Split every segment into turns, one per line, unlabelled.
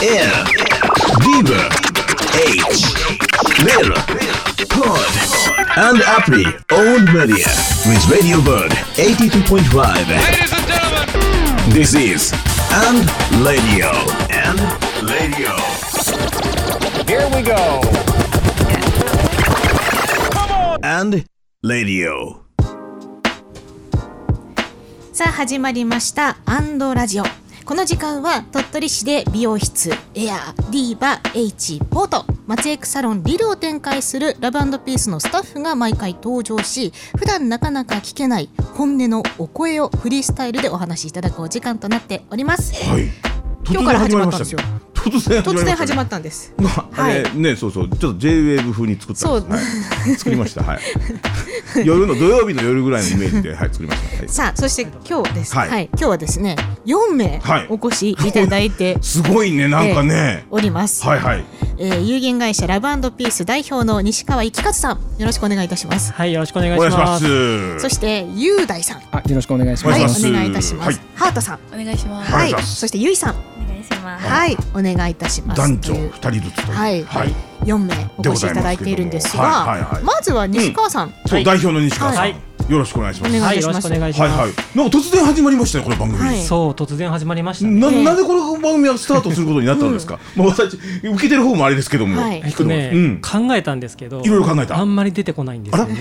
Air, Liebe, H, Lehre, Pod, and Appli, Old Media, with Radio Bird 82.5.
Ladies and gentlemen,
This is and radio and radio.
here we go.
And radio.
さあ始まりました「アンドラジオ」この時間は鳥取市で美容室エアディーバ H ポート松江区サロンリルを展開するラブピースのスタッフが毎回登場し普段なかなか聞けない本音のお声をフリースタイルでお話しいただくお時間となっております
はい。
今日から始まったんですよ
突然
突
始まりましたね。突
然始ま
っ
ったんです
た。まあ、あれね、そうそう、ちょっと J-WAVE 風に作ったんです。はい、作りました。はい。 夜の土曜日の夜ぐらいのイメージで、はい、作りました。はい、
さあそして今日です、は
はいい
今日はですね4名
はい
お越しいただい て
すごいね、なんかね。
おります、
はいはい。
えー有限会社ラブピース代表の西川幸和さんよろしくお願いいたします
はい、よろしくお願
お願い
いし
し
ま。
ますす。
そして雄大さん
あ、よろしくお願いし
お
ま
はい、
願い
お
します
願いいたします。
は
ハートさん、
お願いします。
は
お願いします
そしてゆいさん、
お願いします。
はい、お願いいたします。
男女
という
二人ずつという。
はい
はい。
四名お越しいただいているんですが、
はいはいはい
まずは西川さん、
そう、代表の西川さん。
はい
よろしくお願いします。
お
は
願
はいい、
し
よろ
ま
し
す
くお願い
い
します。
はい。なんか突然始まりましたね、これ番組。
はい
そう、突然始まりましたね。
な
ええ
なんでこの番組はスタートすることになったんですか、まあ私受けてる方もあれですけども、
はい
えっとね、
うん
考えたんですけど、
いろいろ考えた
あんまり出てこないんですよね。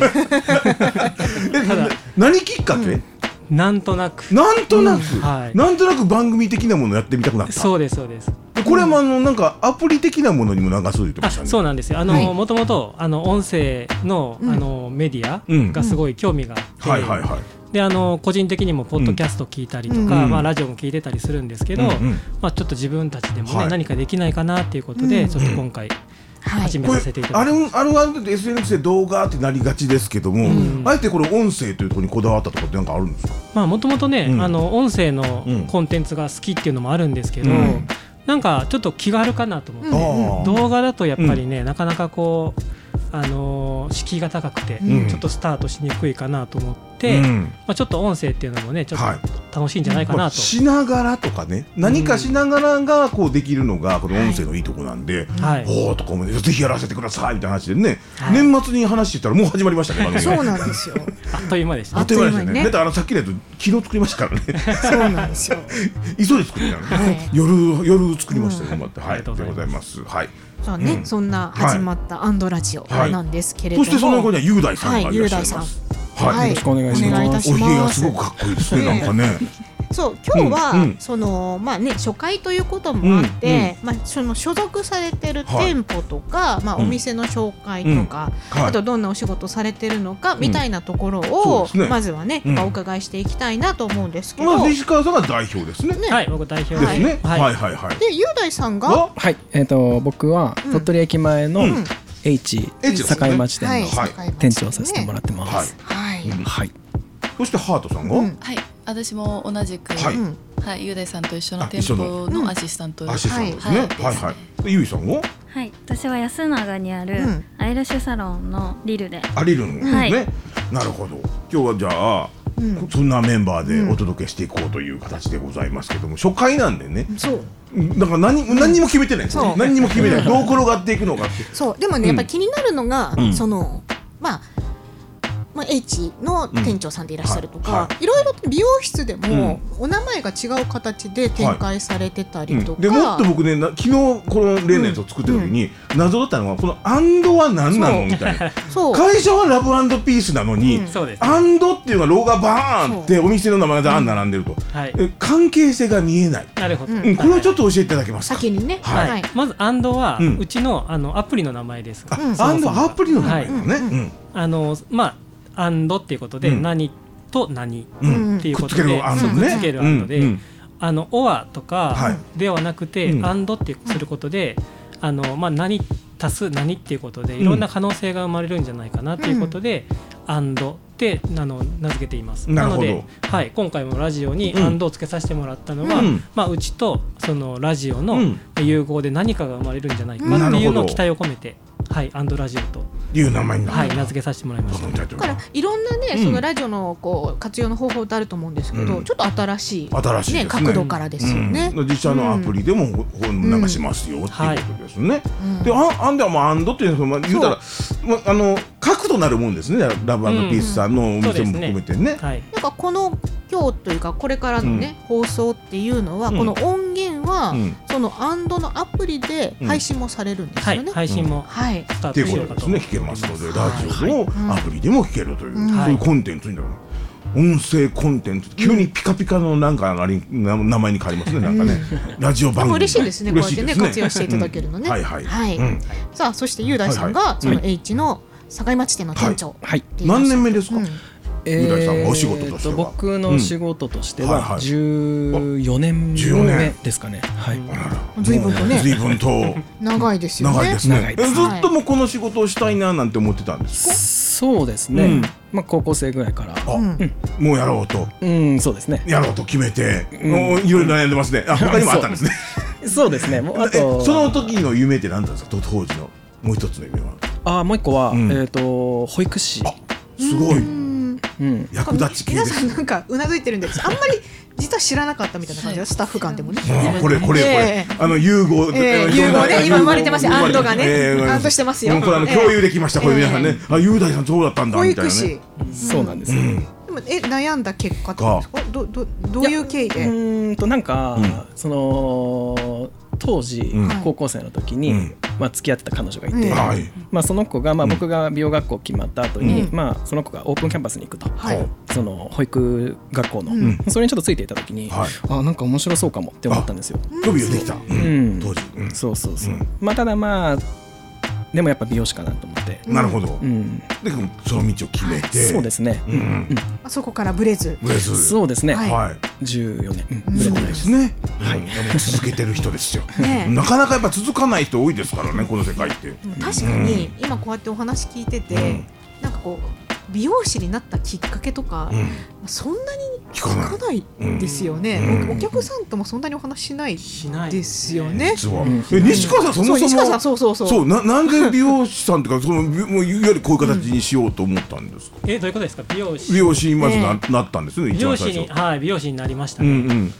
え
ただ
何きっかけ、
なんとなく。
なんとなく、
はい
なんとなく番組的なものやってみたくなった。
そうです、そうです。
でこれもあのなんかアプリ的なものにも流そう言ってま
あ、
したね。
そうなんですよ。あ
は
の、
い
もともと、あの、音声の、あ
ん
の、メディア
うん
がすごい興味があって。
はいはいはい。
で、あの、個人的にもポッドキャスト聞いたりと
う
か、
ん
まあ、ラジオも聞いてたりするんですけど。
うんうん
まあ、ちょっと自分たちでも
は
ね、
い
何かできないかなっていうこと
う
で、
ん
ちょっと今回。
は
始
い、
め
こ
さ
れ
せていただ
あ
いて
れ。あれは SNS で動画ってなりがちですけども、あえてこれ音声というところにこだわったとかってなんかあるんですか。
まあもともとね、
うん
あの音声の
うん
コンテンツが好きっていうのもあるんですけど、
うん
なんかちょっと気軽かなと思って、
ああ
動画だとやっぱりね、なかなかこうあのー敷居が高くて、
うん
ちょっとスタートしにくいかなと思って、
うん
まあちょっと音声っていうのもねちょっ
はい
と楽しいんじゃないか
ま
な
あ
と、
しながらとかね、何かしながらがこうできるのがこの音声のいいとこなんで、
はい
おおとかもねぜひやらせてくださいみたいな話でね、
はい
年末に話してたらもう始まりましたね番組がね。
そうなん ですよ。
あっという間でし
あ
た
っという間でし
あっという間
た
に
ね。
ね
だってあのさっきのやつ昨日作りましたからね。
そうなんですよ。
急いで作りたの、
はい
夜夜作りましたよ、頑張ってはい
ありがとう
でご
ご
ざ
ざ
い
い
ますはい
さあね、
うん
そんな始まったアンドラジオ
はい
なんですけれど
そ
も、
してその横には雄大さんがいらっしゃ
は
いま
い雄
す
はい
はい、
よろしくお願いします
お願いいたし
おひげ
ま
が
す
す。ごくかっこいいですね、なんかね。
そう今日は、
うんうん
そのまあね初回ということもあって、まあその所属されてる店舗とか、まあお
うん
店の紹介とか、
うんはい
あとどんなお仕事されてるのかみたいなところ
そう
を、
ですね
まずはね、
うん
まあお伺いしていきたいなと思うんですけど、
まあ、西川さんが代表ですね。
ね
はい僕代表
ですね、はい、はい、
い
はいはい。
で雄大さんが
が、
はい、えっ、と僕は
うん
鳥取駅前の H
H ですね
境町店の
はい
店長をさせてもらってま
はい
す。
はい、
はい。
そしてハートさんが、
うん
はい、私も同じく、
は
はいい、
うん
ゆうだいさんと一緒の
あ
店舗
一緒のうん
のアシスタント
アシスタントですね。は
は
いい、はい、はい。でゆいさんが、
はい、私は安永にある
うん
アイルシュサロンのリルで、
アリルの、
はい
ね。なるほど。今日はじゃあ、
うん
そんなメンバーでお届けしていこうという形でございますけども、初回なんでね。
そう
なんか何何にも決めてないんですよ
そう
何にも決めてないどう転がっていくのか って
そうでもね、やっぱり気になるのが、
うん
そのまあまあ、H の店長さんでいらっしゃるとか、
うん
い
は
ろいろ美容室でも、お名前が違う形で展開されてたりとか、
でもっと僕ねな昨日この例のやつを作ってる時に、謎だったのはこの「アンドは何な
そう
のみたいな
そう
会社はラブピースなのに、
うん
そうです
アンドっていうのがロゴがバーンってお店の名前がダーン並んでると、
はい
え関係性が見えない、
なるほど、
うん
うん、これをちょっと教えていただけますか
先にね、
はい
はい
まずアンドは、
う
うんちのあのアプリの名前です
あ、
うん
アンドはアプリの名前だ
はい
よね、
あのまあアンドっていうことで、
うん
何と何
うん
うん
っていう
く
こ
っ
と
つ
で
けるアンド
そうく
ね
っつけるアンドで、
うんうん
あの「おは」と
は
か
い
ではなくて「
うん
アンド」ってすることで、あのまあ、何足す何っていうことでいろんな可能性が生まれるんじゃないかなということで「アンド」ってあの名付けています
なるほど
ので、はい、今回もラジオに
うん
「アンド」をつけさせてもらったのは、
う
うんまあ、うちとそのラジオ
う
の
ん
融合で何かが生まれるんじゃないかっていうのを期待を込めて、はい、アンドラジオと、
いう名前にな
はい、
る
名付けさせてもらいました。
だ
だからいろんなね
うん
そのラジオのこう活用の方法ってあると思うんですけど、
うん
ちょっと新しい
新しいですね
ね角度からですよね。
うん自社のアプリでもほほ流しますよっていうことですね。で、あアンではまあアンドっていうのはまあ言うたら、まああの角度なるもんですね。ラブピースさんのお
そう
店
です
も
ね
含めてね。
はい、
なんかこの今日というかこれからのね、放送っていうのは、
うん
この音源は、
うん
そのアンドのアプリで配信もされるんです
は
よ
い、
ね。
配信も
はい
スタ
って
ー
いう
トし
こ
よう
と
か
です
と。
ね。聞けますので、ラジオ
ん
のアプリでも聞けるという、
は
そ
い
ういうコンテンツになる。音声コンテンツ、急にピカピカのなんかあれにな名前に変わりますね。なんかね、ラジオ番組。
嬉しいですね
嬉し
こうやってね活用していただけるのね
うんはいはい。
はい
うん
さあそして雄大さんが、
はいはい
その H の境町店の店長、
はい
何年目ですか。
うん
え
浦井さんお仕事としては
えー僕の仕事として
うんはいは
はい14年
14
目
年
ですかね、はい
あらら
随分とね
もう随分と。
長いですよね。
長いですね
長い
え
です
ず
はい
っともうこの仕事をしたいななんて思ってたんです
そうですね、
うん
まあ高校生ぐらいから
か、
うん
あもうやろうと
うんそうですね
やろうと決めて、
ん
おいろいろ悩んでますねあ他にもあったんですね
そうですねもうあ
え
と
その時の夢って何だったんですか当時のもう一つの夢は
あーもう一個は、
うん
えっ、と保育士
すごい
うん
うん
役立ち系で
皆さ
す
んなんかうなずいてるん ですあんまり実は知らなかったみたいな感じ
は
の
い
スタッフ間でもね。
うんこれこれこれ
ええ、
あの融合、
ええ
ー
融合ね今生まれてますよ
融合
アンドがね
ええ
アンドしてますよ
うんこれあの
ええ
共有できました、これ皆さんね、あ雄大さんそうだったんだ
保
みたい
育
なね
士。
そうなんです、
でもえ悩んだ結果ってことですかどどどういう経緯
う
で
ーんとなんか、
う
その当時、
うん
高校生の時に、
うん
まあ、付き合ってた彼女がいて、
うん
はい
まあ、その子が、まあ、僕が美容学校決まった後に、
うん
まあ、その子がオープンキャンパスに行くと、
はい
その保育学校の、
うん
それにちょっとついていた時に、
はい
あなんか面白そうかもって思ったんですよ。
飛び出てきた、う
うんん、
当時、うん
そうそうそう、
うん
まあただまあでもやっぱ美容師かなと思って、
なるほど、
うん、
でその道を決めて、
そうですね、
うんうん
あそこからブレず
ブレス
そうですね、
はい
はい
14年、うん
すごいですね。はい、続けてる人ですよ。
ねえ
なかなかやっぱ続かない人多いですからね、この世界って。
確かに今こうやってお話聞いてて、
うん
なんかこう美容師になったきっかけとか、
うん、
そんなに
聞
聞か
かない。
ないですよね、
うん
おお客さんともそんなにお話しない
しない
ですよね。
実は。
ん
え、西川さん、そ
そ
も
う
そ
西川さん
も。
そうそうそう
そう、な、なんで美容師さんとか、その、びもういわゆるこういう形にしようと思ったんですか。
え、どういうことですか、美容師。
美容師にまずな
ね、
なったんですね、
美
一
容
番
師
最
に、
初。
はい、美容師になりました
う
ね。
ん、うん。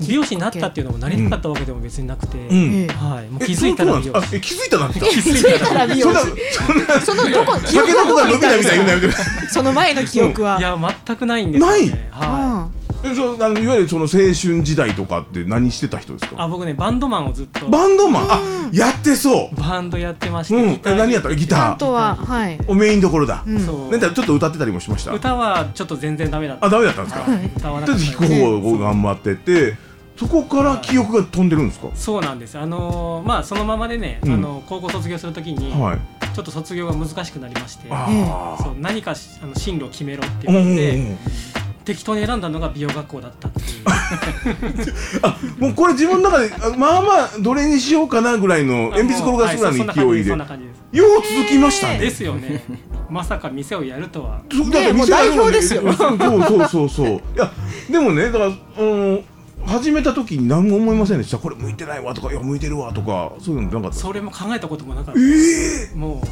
美容師になったっていうのも、なりたかったわけでも別になくて。
う
え
ん
え
はい、もう
え
気づいたら美
そう
容
なんですあ
師。
え、気づいたらなんだ。
気づいたら美
そ
容
んな
師、
そんな、
そのどこ記
竹
憶はど
の子が
こ
伸び
み
た
たい
みたいな、言うなよ、言うなよ。
その前の記憶はい
や、全くないんですよ
ない
ね。は
え、そう、あの、いわゆるその青春時代とかって、何してた人です
い。
か。
あ、僕ね、バンドマンをずっと。
バンドマン、あ、やってそう。
バンドやってまして。
うん
ギ、ター
え何やったギター
あとははい、
おメインどころだ、
うん
そう
なんだちょっと歌ってたりもしました
歌はちょっと全然ダメだった
あ。ダメだったんですか、
はい歌わな
ち
か
ょ
っ
っと
た
弾く
です。
方を頑張っててそこから記憶が飛んでるんですか、
そうなんです。あのーまあそのままでね、
うん
あの高校卒業するときに、
はい
ちょっと卒業が難しくなりまして、
あ
そう何かしあの進路を決めろって
あ、うんう
言っ
んう
て、
ん
適当に選んだのが美容学校だったっていう。
もうこれ自分の中であまあまあどれにしようかなぐらいの鉛筆転がすぐらいの勢いで、
あのはいそそんな感じです。
よう続きましたね、
ですよね。まさか店をやるとは。
そう
ね
だって
もう
店があるのに
代表ですよ
そうそうそうそう いやでもねだからあの始めた時に何も思いませんでしたこれ向いてないわとかいや向いてるわとかそういうのなかった
それも考えたこともなか
え
った。
え
もう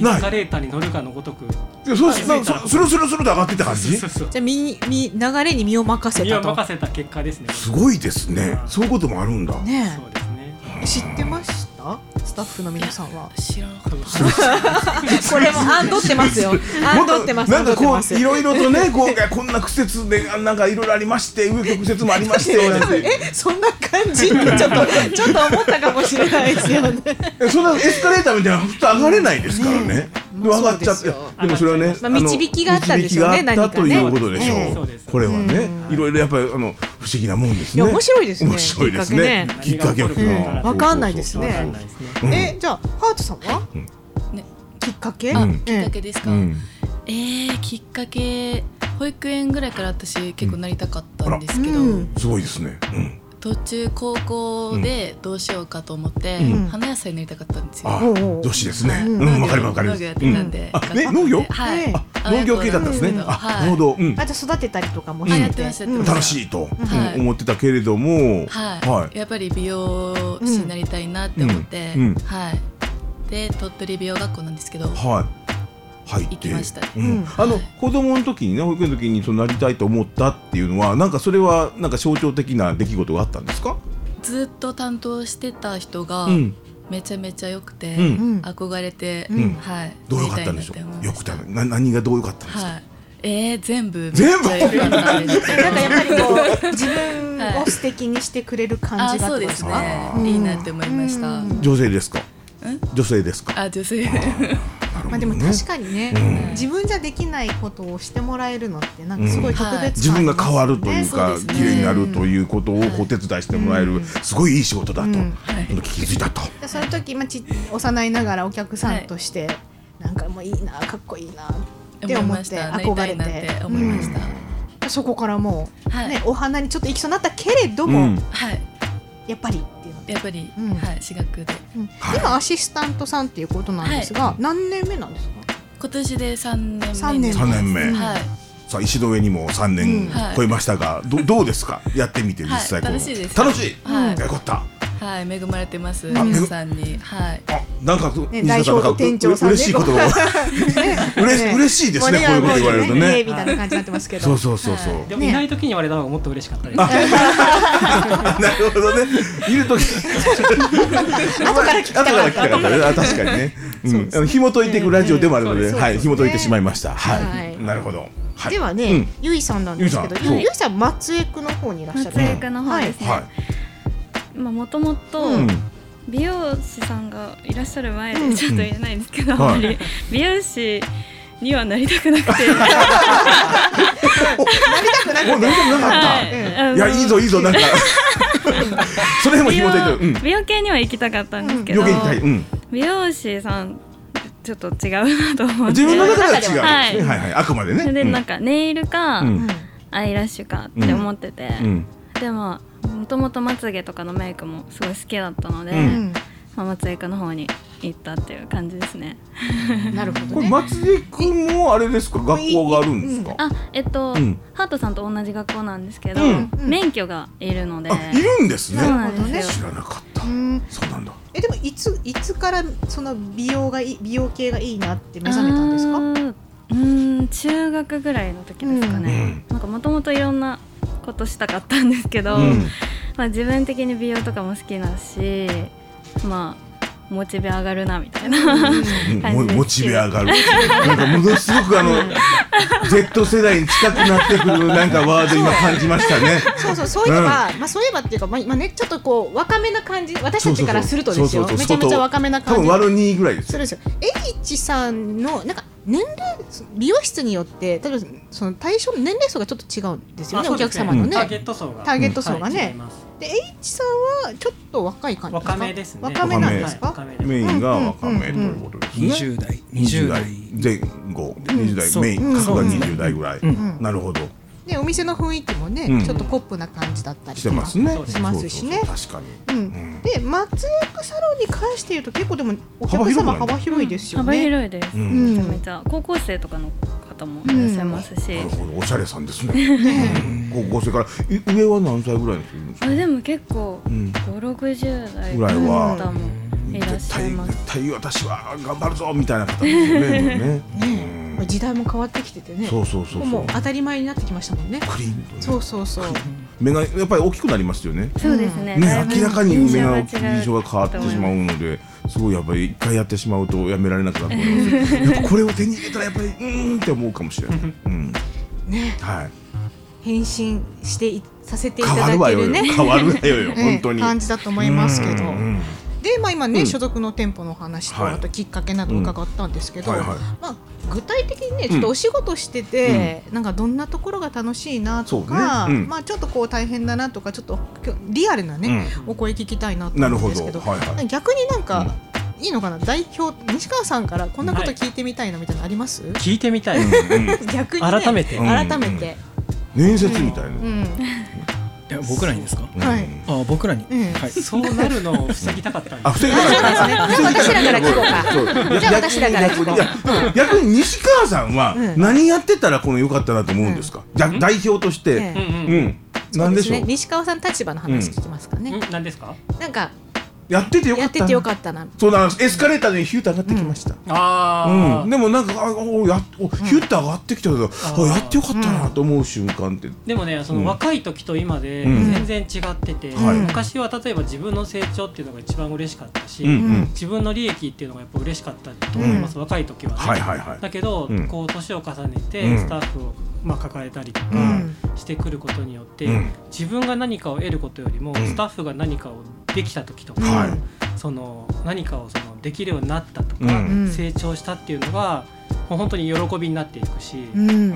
エ
ない
スカレーターに乗るかのごとく。
いやそうし
は
ないんかそスルスルスルと上がってった感じ
そうそうそう。
じゃあみみ流れに身を任せ
身を
たと
任せた結果ですね。
すごいですねそういうこともあるんだ
ね
そうですね。
え知ってましたスタッフの皆さんは
知らなかった
これもアンドってますよアンドってます
なんか
アンドって
こ
ます
ういろいろとねこういやこんな苦節であなんかいろいろありまして紆余曲折もありましてなんて
えそんな感じ ってちょっとちょっと思ったかもしれないですよね。
えそんなエスカレーターみたいなのふと上がれないですからねで 上がっちゃ
そうで
って
すよ
でもそれはね
まあ
の
導きがあったんでしょうね
導きがあったと
何かね
いうことでし
ええ
ょ
そう
う
です
これはねいろいろやっぱりあの不思議なもんですね
いや面白いですね
面白いですねき
き
っ
っ
か
か
け
け
は
が
うん
わかんないですね
わかんないですね。
うん
えじゃあハートさんは、
ね
きっかけ？
あ
うん
きっかけです
う
か、
ん
えー、きっかけ保育園ぐらいから私結構なりたかったんですけど、
うん
すごいですねうん
途中高校でどうしようかと思って、
うん
花屋さんになりたかったんですよ、
あ
おうおう
女子ですね
うん
うんわかりますわかりま
農業や
す
ってたんで
うんあね農業
はい、
ね
あ農業系だったんですね。あ、
はい
農道、うん
あじゃあ育てたりとかも
あ
して
やって
て、
ました
うん
やってま
楽
し
しいと
はい
思ってたけれども、
はい、
は
やっぱり美容師になりたいなって思って、
うんうん
はいて鳥取美容学校なんですけど
はい入って
行きましたね
うんあの子供の時にね保育園の時にそうなりたいと思ったっていうのはなんかそれはなんか象徴的な出来事があったんですか、
ずっと担当してた人が
うん
めちゃめちゃ良くて、
うん
憧れて、
ん
はい
どうよかったんでしょ
なりたいなっ
う
て
よ
思いま
く
した
な何がどうよかったんですか、
はいえー、全部
全部
めっちゃ良かったです
なんかやっぱりこう 自分を素敵にしてくれる感
あ
じが
そ
っ
う
て
で
こと
す
か
ね
うん
いいなって思いました、
うん
女性ですか女性ですか
あ女性
まあでも確かにね、自分じゃできないことをしてもらえるのってなんかすごい特別感、
自分が変わるという
そう
か
ですね
綺麗になるということをお手伝いしてもらえるすごいいい仕事だと
うん
今度気づいたと
でその時まあち幼いながらお客さんとして、なんかもういいなかっこいいなって
思い
思っ
ましてたなりた
憧れ
いなって
て
思いました、
そこからもう、
はい
ねお花にちょっと行きそうになったけれど
う
も、
ん
はい
やっぱりっていうので、
やっぱり、
うん
はい私学で
うん今アシスタントさんっていうことなんですが、何年目なんですか
今年で三年目
三年目
三年目
はい
さあ石の上にも3
うん
年
はい
超えましたがどどうですかやってみて実際こ
は
う
い楽しいです
楽しい
はい
よかった
はい恵まれてます
あ
皆さんにはい
あなんか
ね
西田さんなん
代表
か
と店長さんね
嬉しいことが嬉し嬉しいですねこういうこと言われると
もうね
ね
みたいな感じになってますけど
そうそうそうそう
でもいない時に言われた方がもっと嬉しかったで す。
なるほどね。いるとき。後から聞きたかった。後から聞きたかったね。あ確かにね。うん。あの紐解いていくラジオでもあるの
そうで
で、
す
はい。紐解いてしまいました。
は
はいい。なるほど。はい。
ではね、
うん
ゆいさんなんですけどゆ
ゆいさんそ
ゆ
う
いさん松江区の方にいらっしゃる
松江区の方ですね
はい。
まあもともと
うん。
美容師さんがいらっしゃる前
うん
でちょっと言えないんですけど、
はい
あんまり美容師にはなりたくなく て
お、何でもなかっ
はい
た。
あ
いや、いいぞ、いいぞ、なんか。それも紐解いてる。うん
美容系には行きたかったんですけど、
余計に痛い。うん。
美容師さんちょっと違うな と思っ
自
て
分の中では違うんですね。
はい
はいはい。あくまでね。
それで
うん
なんかネイルか、
うん
アイラッシュかって思ってて、
うん。
でももともとまつげとかのメイクもすごい好きだったので、
うん
まあ、松江区の方に行ったっていう感じですね
うんなるほど
これ
ね
松江君もあれですか学校があるんですか
あえっと、
うん
ハートさんと同じ学校なんですけど、
うん
免許がいるので、
あ、いるんですね
そう。なん
なるほどね
ですよ
知らなかった
う。ん
そうなんだ。
えでもいついつからその美容がいい美容系がいいなって目覚めたんです
あ
か？
ーうーん中学ぐらいの時ですかね、なんかもともといろんなことしたかったんですけど、
うん。
まあ、自分的に美容とかも好きだしまあモチベ上がるなみたいな
もモチベ 上がる。なんかものすごくあの Z 世代に近くなってくるなんかワード今感じましたね。
そうそうそういえば、まあそういえばっていうかまあまあねちょっとこう若めな感じ私たちからするとですよ
そうそう
めち
そ
ゃ
う
めちゃ若めな
多
感
分
じ
割る2ぐらいです
する
よ。
んですよ。エリチさんのなんか年齢美容室によって例えばその対象の年齢層がちょっと違うんですよね
あそ
お
うで
客
すね
様の
ターゲ
ね。
ット層が。
ターゲット層がね
はい違います
でエリチさんはちょっと若い感じですか？
若めですね。
若めなんですか？
はい若めです
メインが若めということですね。
20代20代
前後、20
そ
代
う
メイン
そ
角が
うですね
20代ぐらい
ん。
なるほど。
ね、お店の雰囲気もね、
うん
ちょっとポップな感じだったり
し
と
て
か
ますね。
そうです
しますしね
そうそうそう確かに。
うん、で松江区サロンに関して言うと結構でもお客様幅広いですよ
幅
ね。
広いです、
う
うん
ん。
めちゃめちゃ高校生とかの方もいらっしゃいますし、
なるほど、おしゃれさんですね。うん高校生からい上は何歳ぐらいの人いるんですか
あ。でも結構
うん
560代
ぐらいは
の方もいらっしゃいます
絶対絶対私は頑張るぞみたいな方ですよねもうね
ね時代も変わってきててね
そうそうそうそ
も
う
う当たり前になってきましたもんね。
クリーンとね
そうそうそう。
目がやっぱり大きくなりますよね
そうですね,、
ね
だいぶ
明らかに目が
印
印象
象
が変わってしまうのですごいやっぱり一回やってしまうとやめられなくなってますやっぱこれを手に入れたらやっぱりうーんって思うかもしれない、うん、
ね
はい
変身していさせていた
変わ
だ
るわ
け
よ
る
よ
ね。
変わるわよよ本当に、
ええ感じだと思いますけど
うんうん
でまあ今ね、
うん
所属の店舗のお話と、
はい
あときっかけなど伺ったんですけど、
うんはいはい
まあ、具体的にねちょっとお仕事してて、なんかどんなところが楽しいなとか、
そうねうん
まあ、ちょっとこう大変だなとかちょっと今日リアルなね、お声聞きたいなと
なる
思うんで
ほ
すけど
どはいはい
逆になんか、いいのかな代表西川さんからこんなこと聞いてみたいなみたいなのあります、
聞いてみたい。
うんうん
逆に、ね、
改めて
うん
改めて、
面接みたいな、
うん
いや僕らにですか
うん
はい
あ僕らに、
うん
はい
そうなるのを防ぎたかったん
あ、不
で
正
あそうですね
解。
じゃあ私らから聞こうか
そう
じゃあ私らから聞こう
いや逆に西川さんは
うん
何やってたらこの良かったなと思うんですか。じゃ代表とし
え
て、
す。うん
うん、なんでしょう
ね。西川さん立場の話聞きますかね、
うん。ん何ですか？
なんか
やっててよか
や
っ
ったててよかったな
そうなんですエスカレーターでヒューッと上がってきました、
ああ、
うん、でもなんかあおやおヒュッと上がってきたけど、あやってよかったなと思う瞬間って、
でもねその若い時と今で
うん
全然違ってて、
はい
昔は例えば自分の成長っていうのが一番嬉しかったし、
うんうん
自分の利益っていうのがやっぱ嬉しかったと思います、若い時はね、
はいはいはい
だけど、
うん
こう年を重ね
う
て
ん
スタッフを、まあ、抱えたりと
う
か
ん
してくることによって、
うん
自分が何かを得ることよりも、
ん
スタッフが何かをできた時とか、
はい
その何かをそのできるようになったとか、
うん
うん
成長したっていうのがもう本当に喜びになっていくし。
うん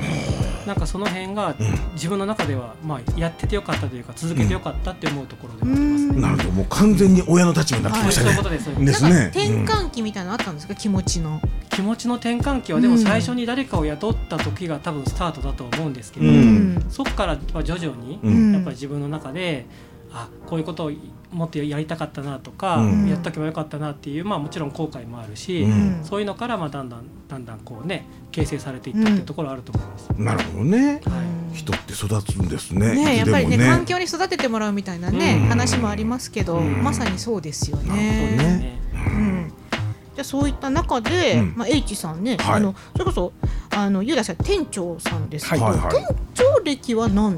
なんかその辺が自分の中では、まあ、やっててよかったというか続けてよかったって思うところではありますね。
なるほどもう完全に親の立場になってきまし
そう
た
いう
ね
こ。とです、
で
なん
す
か
ね
転換期みたいなのあったんですか気持ちの
気持ちの転換期はでも最初に誰かを雇った時が多分スタートだと思うんですけど、
うん
そこからは徐々に
う
うんん
やっぱり自分の中で、あこういうことをもっとやりたかったなとか、
うん
やっとけばよかったなっていう、まあ、もちろん後悔もあるし、
うん
そういうのからまあだんだんだんだんこうね形成されていったっていうところはあると思います。
なるほどね、
はい
人って育つんですね。
ねやっぱりね
でも
環境に育ててもらうみたいなね、
うん
話もありますけど、
うん
まさにそうですよ
そう
ね。
ですね
うんじゃあそういった中で、
うん
まあ H さんね、
はい
あのそれこそあのユダさん店長さんですけど、
はいはい
店長歴は何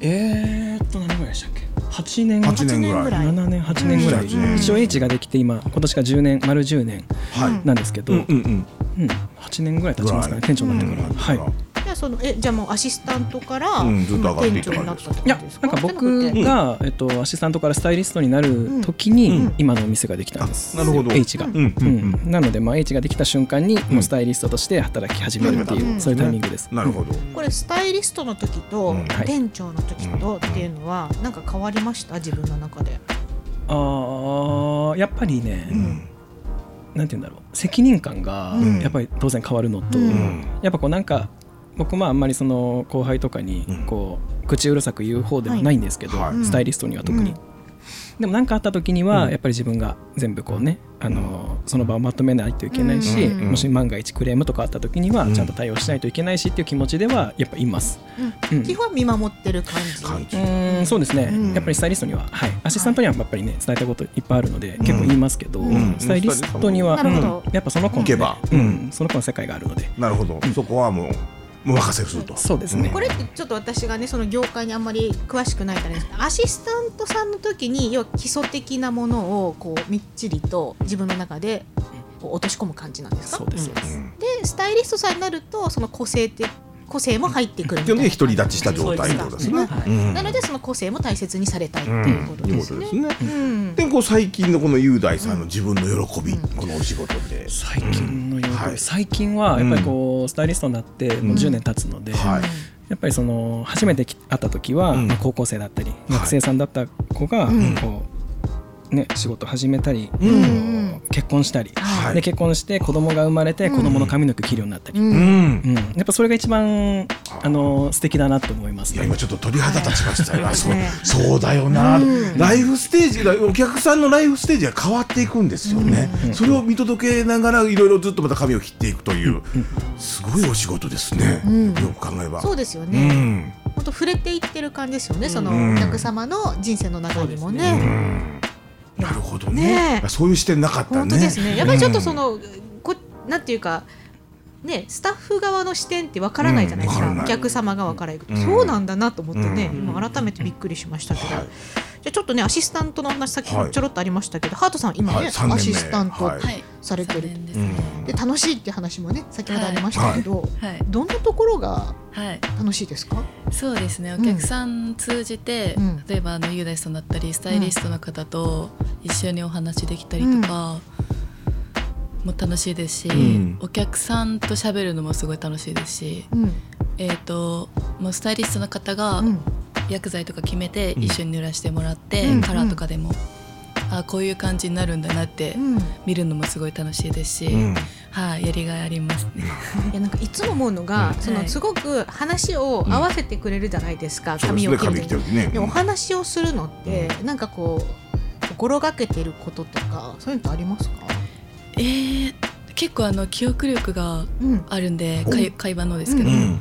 えーっと何年ぐらいでしたっけ8年
八
八
年ぐらい
7年8年ぐらい、
うん
一応 H ができて今今年が10年丸10年
はい。
なんですけど、
うん
う
うんんうん。
8年ぐらい経ちますかね店長になってから、はい
じゃあそのえじゃあもうアシスタントから、
うんずっと上がってい
店長
った
にな
感
っ
じ
たって
い
こ
や
とですか
なんか
じゃ
僕
なくて
が、えっと、アシスタントからスタイリストになる時に、
うん
今のお店ができたんです、
なるほど。
H が、
う
うんん
うんうん。
なので、まあ、H ができた瞬間に、もうスタイリストとして働き始めるっていう、
うん
そういうタイミングです、
なるほど。
これスタイリストの時と、
うん
はい
店長の時とっていうのは、なんか変わりました自分の中で。
あーやっぱりね、
うん
なんて言うんだろう責任感が
うん
やっぱり当然変わるのと、
うん
うん
やっぱこうなんか僕まああんまりその後輩とかに
うん
こう口うるさく言う方ではないんですけど、
はい
はい
スタイリストには特
う
に、
ん
でも何かあった時に
うん
はやっぱり自分が全部こうねあのその場をまとめないといけないし、
うん
もし万が一クレームとかあった時には
うん
ちゃんと対応しないといけないしっていう気持ちではやっぱいます、
うん
うん
基本見守ってる感じ。
感じ
う。ーんそうですね、
うん
やっぱりスタイリストには、はい、アシスタントにはやっぱりね伝えたいこといっぱいあるので、結構言いますけど、
うん
スタイリストには、
なるほど
うんやっぱその子の、
行けば
うん、その子の世界があるので
なるほど。そこはもうもう任せすると。
そうですね
これってちょっと私がねその業界にあんまり詳しくないからですアシスタントさんの時に要は基礎的なものをこうみっちりと自分の中でこう落とし込む感じなんです
そ
か
うですそうです、
でスタイリストさんになるとその個性って個性も入ってくるみ
基
たい
本的
な
に独り立ちした状態ってことですね。
は
う
い
ん
なのでその個性も大切にされたいって
うん
いうこと
いう
で
こ
す
と
ね
です。ね。
うん
でこう最近のこの雄大さんの自分の喜び、このお仕事で。
最近の喜び、
はい
最近はやっぱりこうスタイリストになってもう10年経つので、
はい。
やっぱりその初めて来会った時は、
うん
まあ高校生だったり学生さんだった子が
ん
こう、ね、仕事始めたり、
ん
こう結婚したり、
はい
で結婚して子供が生まれて子供の髪の毛切るようになったり、うん
うん。
やっぱそれが一番あの素敵だなと思います
いや今ちょっと鳥肌立ちましたよ、あそう
ね
そうだよな、ライフステージだお客さんのライフステージが変わっていくんですよね、それを見届けながらいろいろずっとまた髪を切っていくという、すごいお仕事ですね、
ん
よく考えれば。
そうですよ
う
ね。
ん
本当触れていってる感じですよね。その
うん
お客様の人生の中にも
そうです
ね。
なるほど
ね
ね
え
そういう視点なかったね。
本当ですね。やっぱりちょっとその、こなんていうか。ね、スタッフ側の視点ってわからないじゃないですか、
うんわからない
お客様側からいくと、
うん
そうなんだなと思ってね、
うん
今改めてびっくりしましたけど、
はい
じゃあちょっとねアシスタントの話さっき
はい
ちょろっとありましたけど、ハートさん今ね、
はい三年目
アシスタント、
はい
はい
されてる
残念です
う
ね
ん
で楽しいって話もね先ほどありましたけど、
はい
どんなところが
はい
楽しいですか、
そうですね
うん
お客さん通じて、
うん
例えばあのユーダイさんだったりスタイリストの方と一緒にお話できたりとかも楽しいですし、
ん
お客さんと喋るのもすごい楽しいですし、
うん
えー、ともうスタイリストの方が
うん
薬剤とか決めて一緒に濡らしてもらって、
うん
カラーとかでも、あこういう感じになるんだなって
うん
見るのもすごい楽しいですし、
うん
はい、やりがいありますね。
いやなんかいつも思うのが、そ
は
の
い
すごく話を合わせてくれるじゃないですか、
そうで
髪
す
を
ね
切る
髪切って
時
る時ね
でお話をするのって、なんかこう心がけてることとかそういうのってありますか、
えー結構あの記憶力が
うん
あるんで
お
会会話のですけど、
うん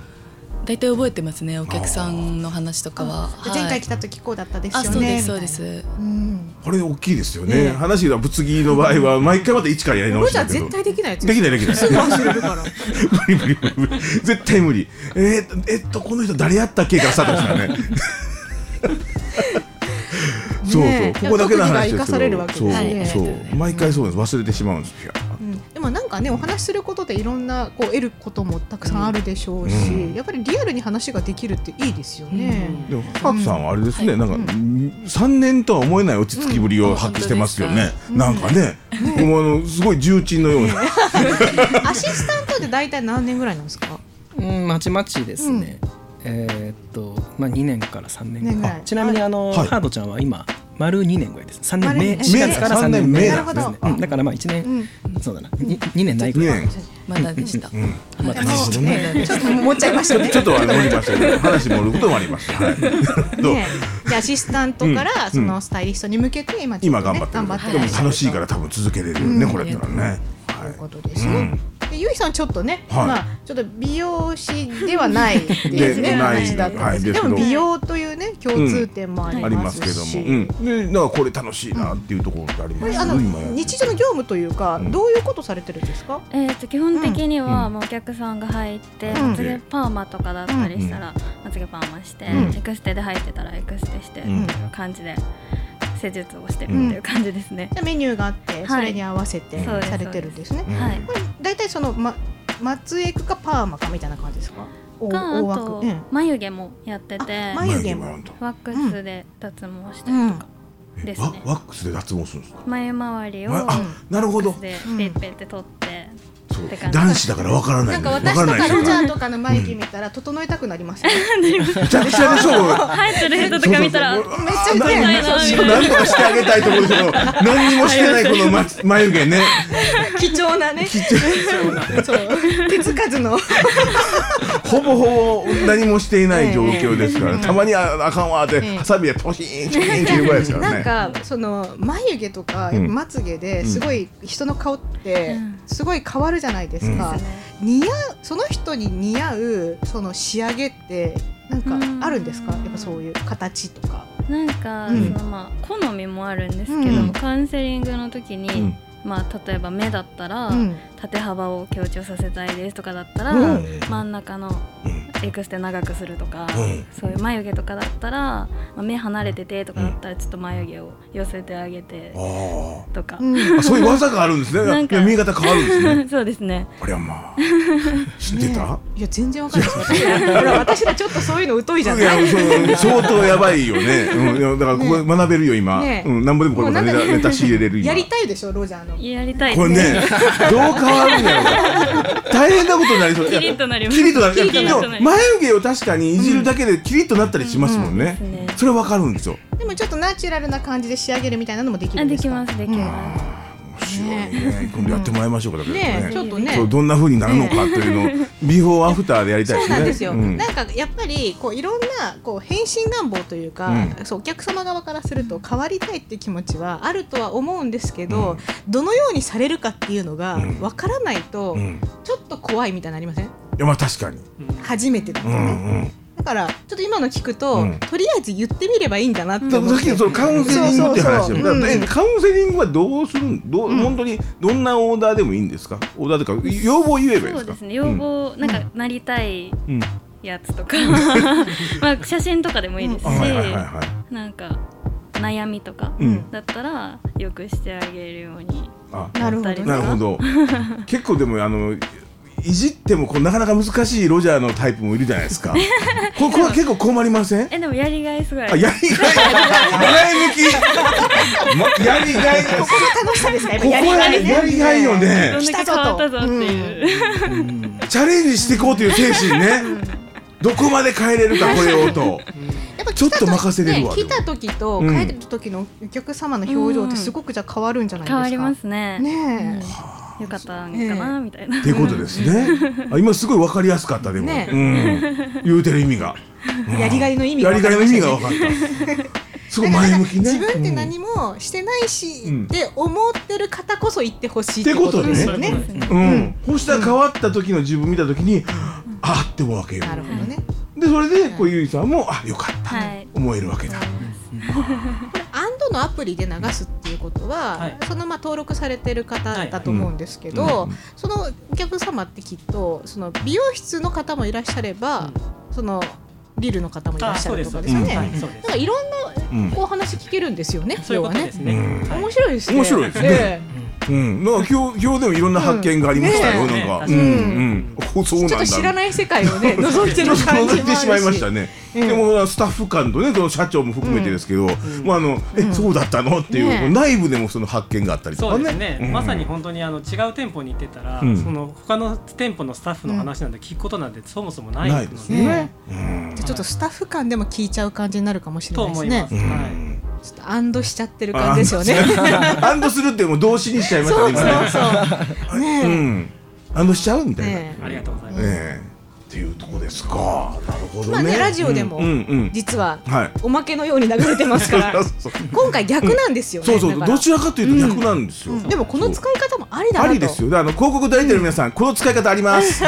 大体覚えてますねお客さんの話とかは、
で
はい
前回来た時こうだったですよ
あ
ね
そうですそう
みたい
で
な
す
うん
これ大きいですよ
ねえ
ね。話がぶつ切りの場合は毎回また一からやり直
これ
し
じゃ
だけど。
絶対できないやつ
できないでき ない
すぐ忘れるから
無理無理無理無理絶対無理。えーっとえっとこの人誰やったっけからスタートですからね。そう
ねえ
そうここだけの
いや特技
話
が
で
生か
す
され
け
る
ど
わけ、です
そう
ね
そう毎回そうです忘れてしまうんですよ。
うんでもなんかねお話しすることでいろんなこう得ることもたくさんあるでしょうし、
う
やっぱりリアルに話ができるっていいですよね、
でもハープさんはあれですね、なんか三年とは思えない落ち着きぶりを発揮してますよね。なんかね、もうあのすごい重鎮のよ うな。
アシスタントで大体何年ぐらいなんですか
うんまちまちですね、えーっとまあ2年から3年ぐ
ねぐ
ら
ら
い
い
あちなみにあの、
はい
ハードちゃんは今丸2年ぐらいです3年
丸
目
二
4
年
月から3年目
三
なん
年目
で
なるほ
すね、
ど
うんだからまあ1年、そうだな 2, 年ないぐ
二
らい
年。
まだでした、
ま
で
だ
も
です
どね
ええちょっと持っちゃいましたね
ちょっとは乗りましたけど、話盛ることもありました。はい。どう
ねえ、じゃあアシスタントからそのスタイリストに向けて今ちょ
今
っと
頑
ね
張って
頑
る。
張って
で
らっ
も
しゃる
楽しいから多分続けれるよね、これやったらね。
と
は
いう
い。
ことですね。でゆいさんちょっとね、
はい
まあちょっと美容師ではないっていうね
でない
話だったんですけど、でも
はいですけど
美容というね共通点もあ
あり
りま
ます
す
けど
し、
も、うん、でなんかこれ楽しいなっていうところってあり
こ
ま
れ
す。
あの
今やって
日常の業務というか、
ん
どういうことされてるんですか？
えー、と基本的には、
うん
まあ、お客さんが入って、
うん
まつげパーマとかだったりしたら、まつげパーマして、
うん
エクステで入ってたらエクステして、
ん
感じで施術をしてるっていう感じですね、
じゃあメニューがあって
い
それに合わせて
そうです
されてるんですね。
うん
はい
これ大体そのま松江区かパーマかみたいな感じですか？大
があ
大
と、
枠。うん
眉毛もやってて
あ
ワ
眉毛も
あるんだ。
ックスで脱毛した
う
り
ん
とかです
ワ
ね、
ワックスで脱毛するんですか。
眉周りを
わ
ワ
あ、なるほ
ッ
ど
クス。で
うん
ペッペって取って、
そう
って感じ
男子だからわからな
ないん
ん
か
だよ。
私と
わからない
かロ
で
ジ
す
ャ
よね
ーとかの眉毛見たら整えたくなりますね。
めちゃくちゃでしょ。こ れ
生えてる人とか見たら
そうう
わ
そうそう
めっちゃ痛い
あなんなんとかしてあげたいところでしょ。何にもしてないこのま眉毛ね。
貴重なね。貴重な。そう。手つかずの。
ほぼほぼ何もしていない状況ですから、たまにああかんわーっ
ええ
てハサミでポシーンチキーンっていうぐらいです から
なん
ね。
かその眉毛とか
うん
まつげですごい人の顔って
うん
すごい変わるじゃないですか。似合うその人に似合うその仕上げってなんかあるんですか？
うん
やっぱそういう形とか。
なんか、
うん
そのまあ好みもあるんですけど、
うん
カウンセリングの時に、
うん
まあ例えば目だったら、
うん。
縦幅を強調させたいですとかだったら、
うん
真ん中の
うん
エクステ長くするとか、
うん
そういう眉毛とかだったら、まあ目離れててとかだったらちょっと眉毛を寄せてあげて
あ
とか、
あ、そういう技があるんですね。
なんか
見え方変わるんですね。
そうですね
ありゃまあ知ってた、
いや全然わかんないです。ほら私らちょっとそういうの疎いじゃ
い
ない。
やそう相当やばいよね、うんいや、だからここ学べるよ今、
ねえ
うん、なんぼでもこれまたネ
もうなんか
タネタ仕入れれる今
やりたいでしょロジャーの。
やりたいで
こ
す
れねどう変わるんやろう大変なことになりそう
キリッとなります
キリッとなる
キリッとなります
眉毛を確かにいじるだけでキリッとなったりしますもんね、
うんうんうんですね
それわかるんですよ
でもちょっとナチュラルな感じで仕上げるみたいなのもできる
あ
んで
ですき
か。
ますできます、
面白いね今度やってもらいましょうかだけど
ねえちょっとね。
そうどんな風になるのかっていうのをビフォーアフターでやりた
そう
いですね
なんですよ、
うん
なんかやっぱりこういろんなこう返信願望というか、
うん
そうお客様側からすると変わりたいっていう気持ちはあるとは思うんですけど、どのようにされるかっていうのが
うん
わからないと、
うんい
ちょっと怖いみたいなのありません
やまあ確かに
初めてだと
う
ね、
んうん
だからちょっと今の聞くと、
うん
とりあえず言ってみればいいんだなって
だから
思
さ
っ
っき
て、
のそのカウンセリングって話
そう
で
そう
も
そう
だから
うん
えカウンセリングはどうするんどう、本当にどんなオーダーでもいいんですかオーダーというか要望言えばいいんで
そう
すか
ですね要望、なんかなりたい
うん、うん
やつ とかまあ写真とかでもいいですし、
あはいはいはいはい
なんか悩みとか
うん
だったらよくしてあげるように
あ
なるほ
な
ど
り
なるほど結構でもあのいじってもこうなかなか難しいロジャーのタイプもいるじゃな いですかここは結構困りません
えでもやりがいすごい
あやりがい前向き、まやりがいこ
ここの楽しさですかやっぱ
こ
やりがいね
やりがいよね
どんだけ変わったぞっていう、
チャレンジしていこうという精神ね、どこまで変えれるかこれをと。
やっぱ来た
ちょっと任せれるわ
ね来た時と
うん
帰ってる時のお客様の表情ってすごくじゃあ変わるんじゃないです
変
か、
わりますね
ねえ
よかったんかな、みたいな
っていうことですね。あ今すごい分かりやすかったでも、
ね
うん、言うてる意味が、うん
やりがいの意味
や
が
り
分
が
か
い
り
の
ま
意
したね
味が分かった。すごい前向きね。
自分って
うん
何もしてないし、
うん
って思ってる方こそ言ってほしいってことですよね。
うん、こうした変わった時の自分見た時に、あってわけよ。
なるほどね。
でそれでこうゆいさんもあよかった
はい
思えるわ けだ
アンドのアプリで流すっていうことは、
はい
そのまあ登録されてる方だと思うんですけど、
はい
そのお客様ってきっとその美容室の方もいらっしゃれば、そのリルの方もいらっしゃるとかですよね。
は
なん
いそうです
かいろんな
うん
こうお話聞けるんですよね。
そういうことですね。
要はね
はい
面白いですね。
面白いですね
え
うんなんか今日今日でもいろんな発見がありましたよ
うんね
なんかう
ね
ん
うん
うんおそう
え
なん
ちょ
だ
っと知らない世界を ね覗いて
ちょ
る
っと
感じ
驚い
も
てし
あ
ま
る
いまし。
した
ね。
うん
でもスタッフ間とね、その社長も含めてですけど、まああのえそうだったのっていう
ね
こう内部でもその発見があったりと
そ
か
う
ね。
ですね、
うん
まさに本当にあの違う店舗に行ってたら、
うん
その他の店舗のスタッフの話なんて聞くことなんてそもそもないの
な
で
いです
ね
ね。
じゃあちょっとスタッフ間でも聞いちゃう感じになるかもしれ
と
ないで
思
す
い
ね
う
ます。。
ん
はい
ちょっとアンドしちゃってる感じですよね。
アンドするってもう動詞にしちゃいました
そう
ね
そう
今ね。
そう。ねえ
うん。アンドしちゃうみたいな。
ねえ
ありがとうございます。
ええっていうとこですか。なるほ
ま
ど
あ
ね。
ねラジオでも
うんうん。
実は
はい。
おまけのように流れてます から今回逆なんですよね
そうそ
だ
う。
から
どちらかというと逆なんですよ。
でもこの使い方もありだな
あ
と
りですよ。であの広告代理店の皆さん、この使い方あ ります。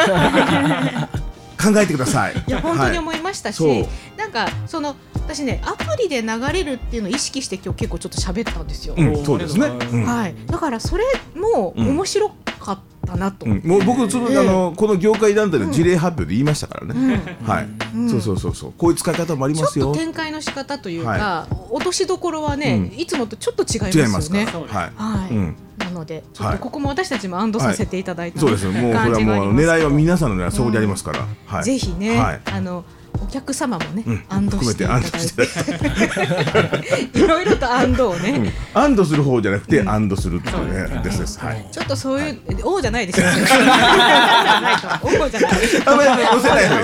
考えてください。
いや本当に
は
思いましたし、
そう
なんかその私ねアプリで流れるっていうのを意識して今日結構ちょっと喋ったんですよ、
いうん、そうですね。うん
はいだからそれも
ん
面白かったなと、
うん、もう僕その、
ええ
あのこの業界団体の事例発表で言いましたからね、はい、
ん
そうそうそうそうこういう使い方もあり
ち
ま
ょっ
すよ
と展開の仕方というか、
は
落としどころはね、いつもとちょっと違います
違
よ
いますか
ね
ら、
そうです
はい、
はい、
うん
なのでちょっとここも私たちも安堵させていただいた
そうですよもうこれはもう狙いは皆さんの狙いはそこにありますから、はい
ぜひね、
はい
あのお客様もね、
うん
安堵
含め
して
て
いた
安
だい
堵していただいて
て、いろいろと安堵をね、
うん安堵する方じゃなくて安堵するっていうねですですはい
ちょっとそういう、王じゃないですよ。王じゃないか王じゃない。
あんまり乗せない方がい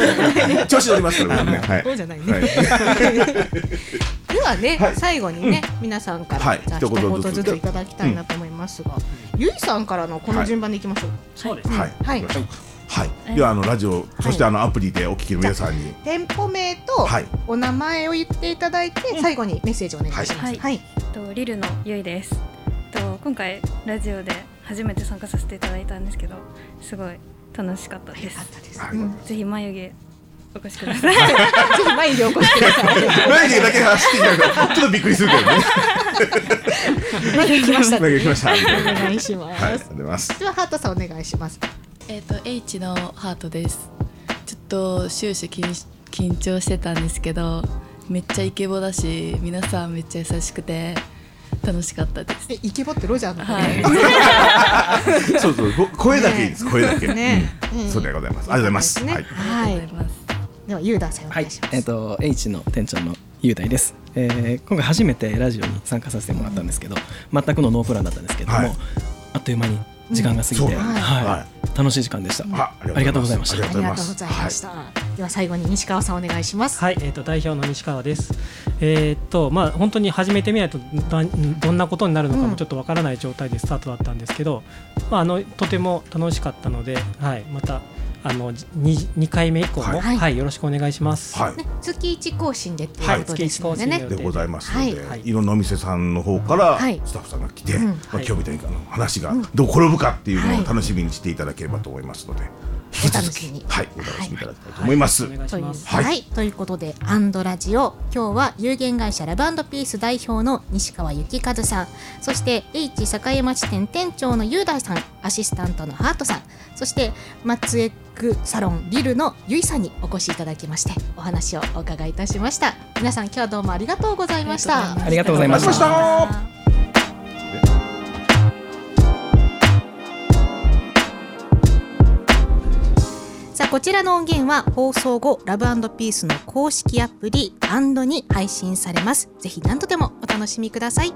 い です調子乗りますからねはい
王じゃないね。
はい
ではね、
はい
最後にね、皆さんから、
はい
じゃあ一
一言
言
ずつ
ずついただきたいなと思いますが、ゆいさんからのこの順番でいきましょう。
そうですね。
はい
はい
行きましょうはいではあのラジオそしてあのアプリでお聞きの皆さんに
店舗名と
はい
お名前を言っていただいて、最後にメッセージお願いします。
はい
はい。
とリルのゆいです。と今回ラジオで初めて参加させていただいたんですけど、すごい楽しかったです。
は い
うんぜひ眉毛お越しください。
ぜひ前にお越しください。
眉毛だけ走ってきたからちょっとびっくりするけどね
前に来ました。
眉毛来ましたみたいな
お願いしま
はいありが
す
とう。ございます
ではハートさんお願いします。
えっ、と H のハートです。ちょっと終始緊し緊張してたんですけど、めっちゃイケボだし、皆さんめっちゃ優しくて楽しかったです。
えイケボってロジャーの方
はい。
そうそう、こ声だけいいです、声だけ。
ね
うん
うん
そうでございます。ありがとうございます。
ね
はい。
あ
は
り
い。
がとうございます。
ではユーダさんお
は
願
い
いしま、す。
えっ、と H の店長の雄大です、えー今回初めてラジオに参加させてもらったんですけど全くのノープランだったんですけども、
はい
あっという間に時間が過ぎて、
うんそう
はい
は
楽しい時間でした、
あ
ありがとうございまし
あり
た
が
あ
と
り
うご
が
ざいま
とうご
す。
ざいました。では最後に西川さんお願いします。
はい、えっ、と代表の西川です。えっ、とまあ本当に始めてみないとどどんなことになるのか
うん
もちょっとわからない状態でスタートだったんですけど、まああのとても楽しかったので、はい、またあの二二回目以降も、
は
はいい、よろしくお願いします。
はい。
ね、月一更新でっていうことですので
はい
ね
月一更新。
でございますので、
はい
い、ろんなお店さんの方から
はい
スタッフさんが来て、
うん
まあ、今日みたいにあの話がどう転ぶかっていうのを楽しみにしていただければと思いますので、
お
引き続
楽しみに
き、はい、お楽しみいただきたいと思います。
お願い
と
し
いう
ます。
はい
はい、ということでアンドラジオ今日は有限会社ラブピース代表の西川幸和さんそして H 栄町店店長の雄大さんアシスタントのハートさんそして松江区サロンリルのゆいさんにお越しいただきましてお話をお伺いいたしました皆さん今日はどうもありがとうございました
ありがとうございまし
ありがとうございました
た
さあこちらの音源は放送後ラブピースの公式アプリアンドに配信されますぜひ何度でもお楽しみください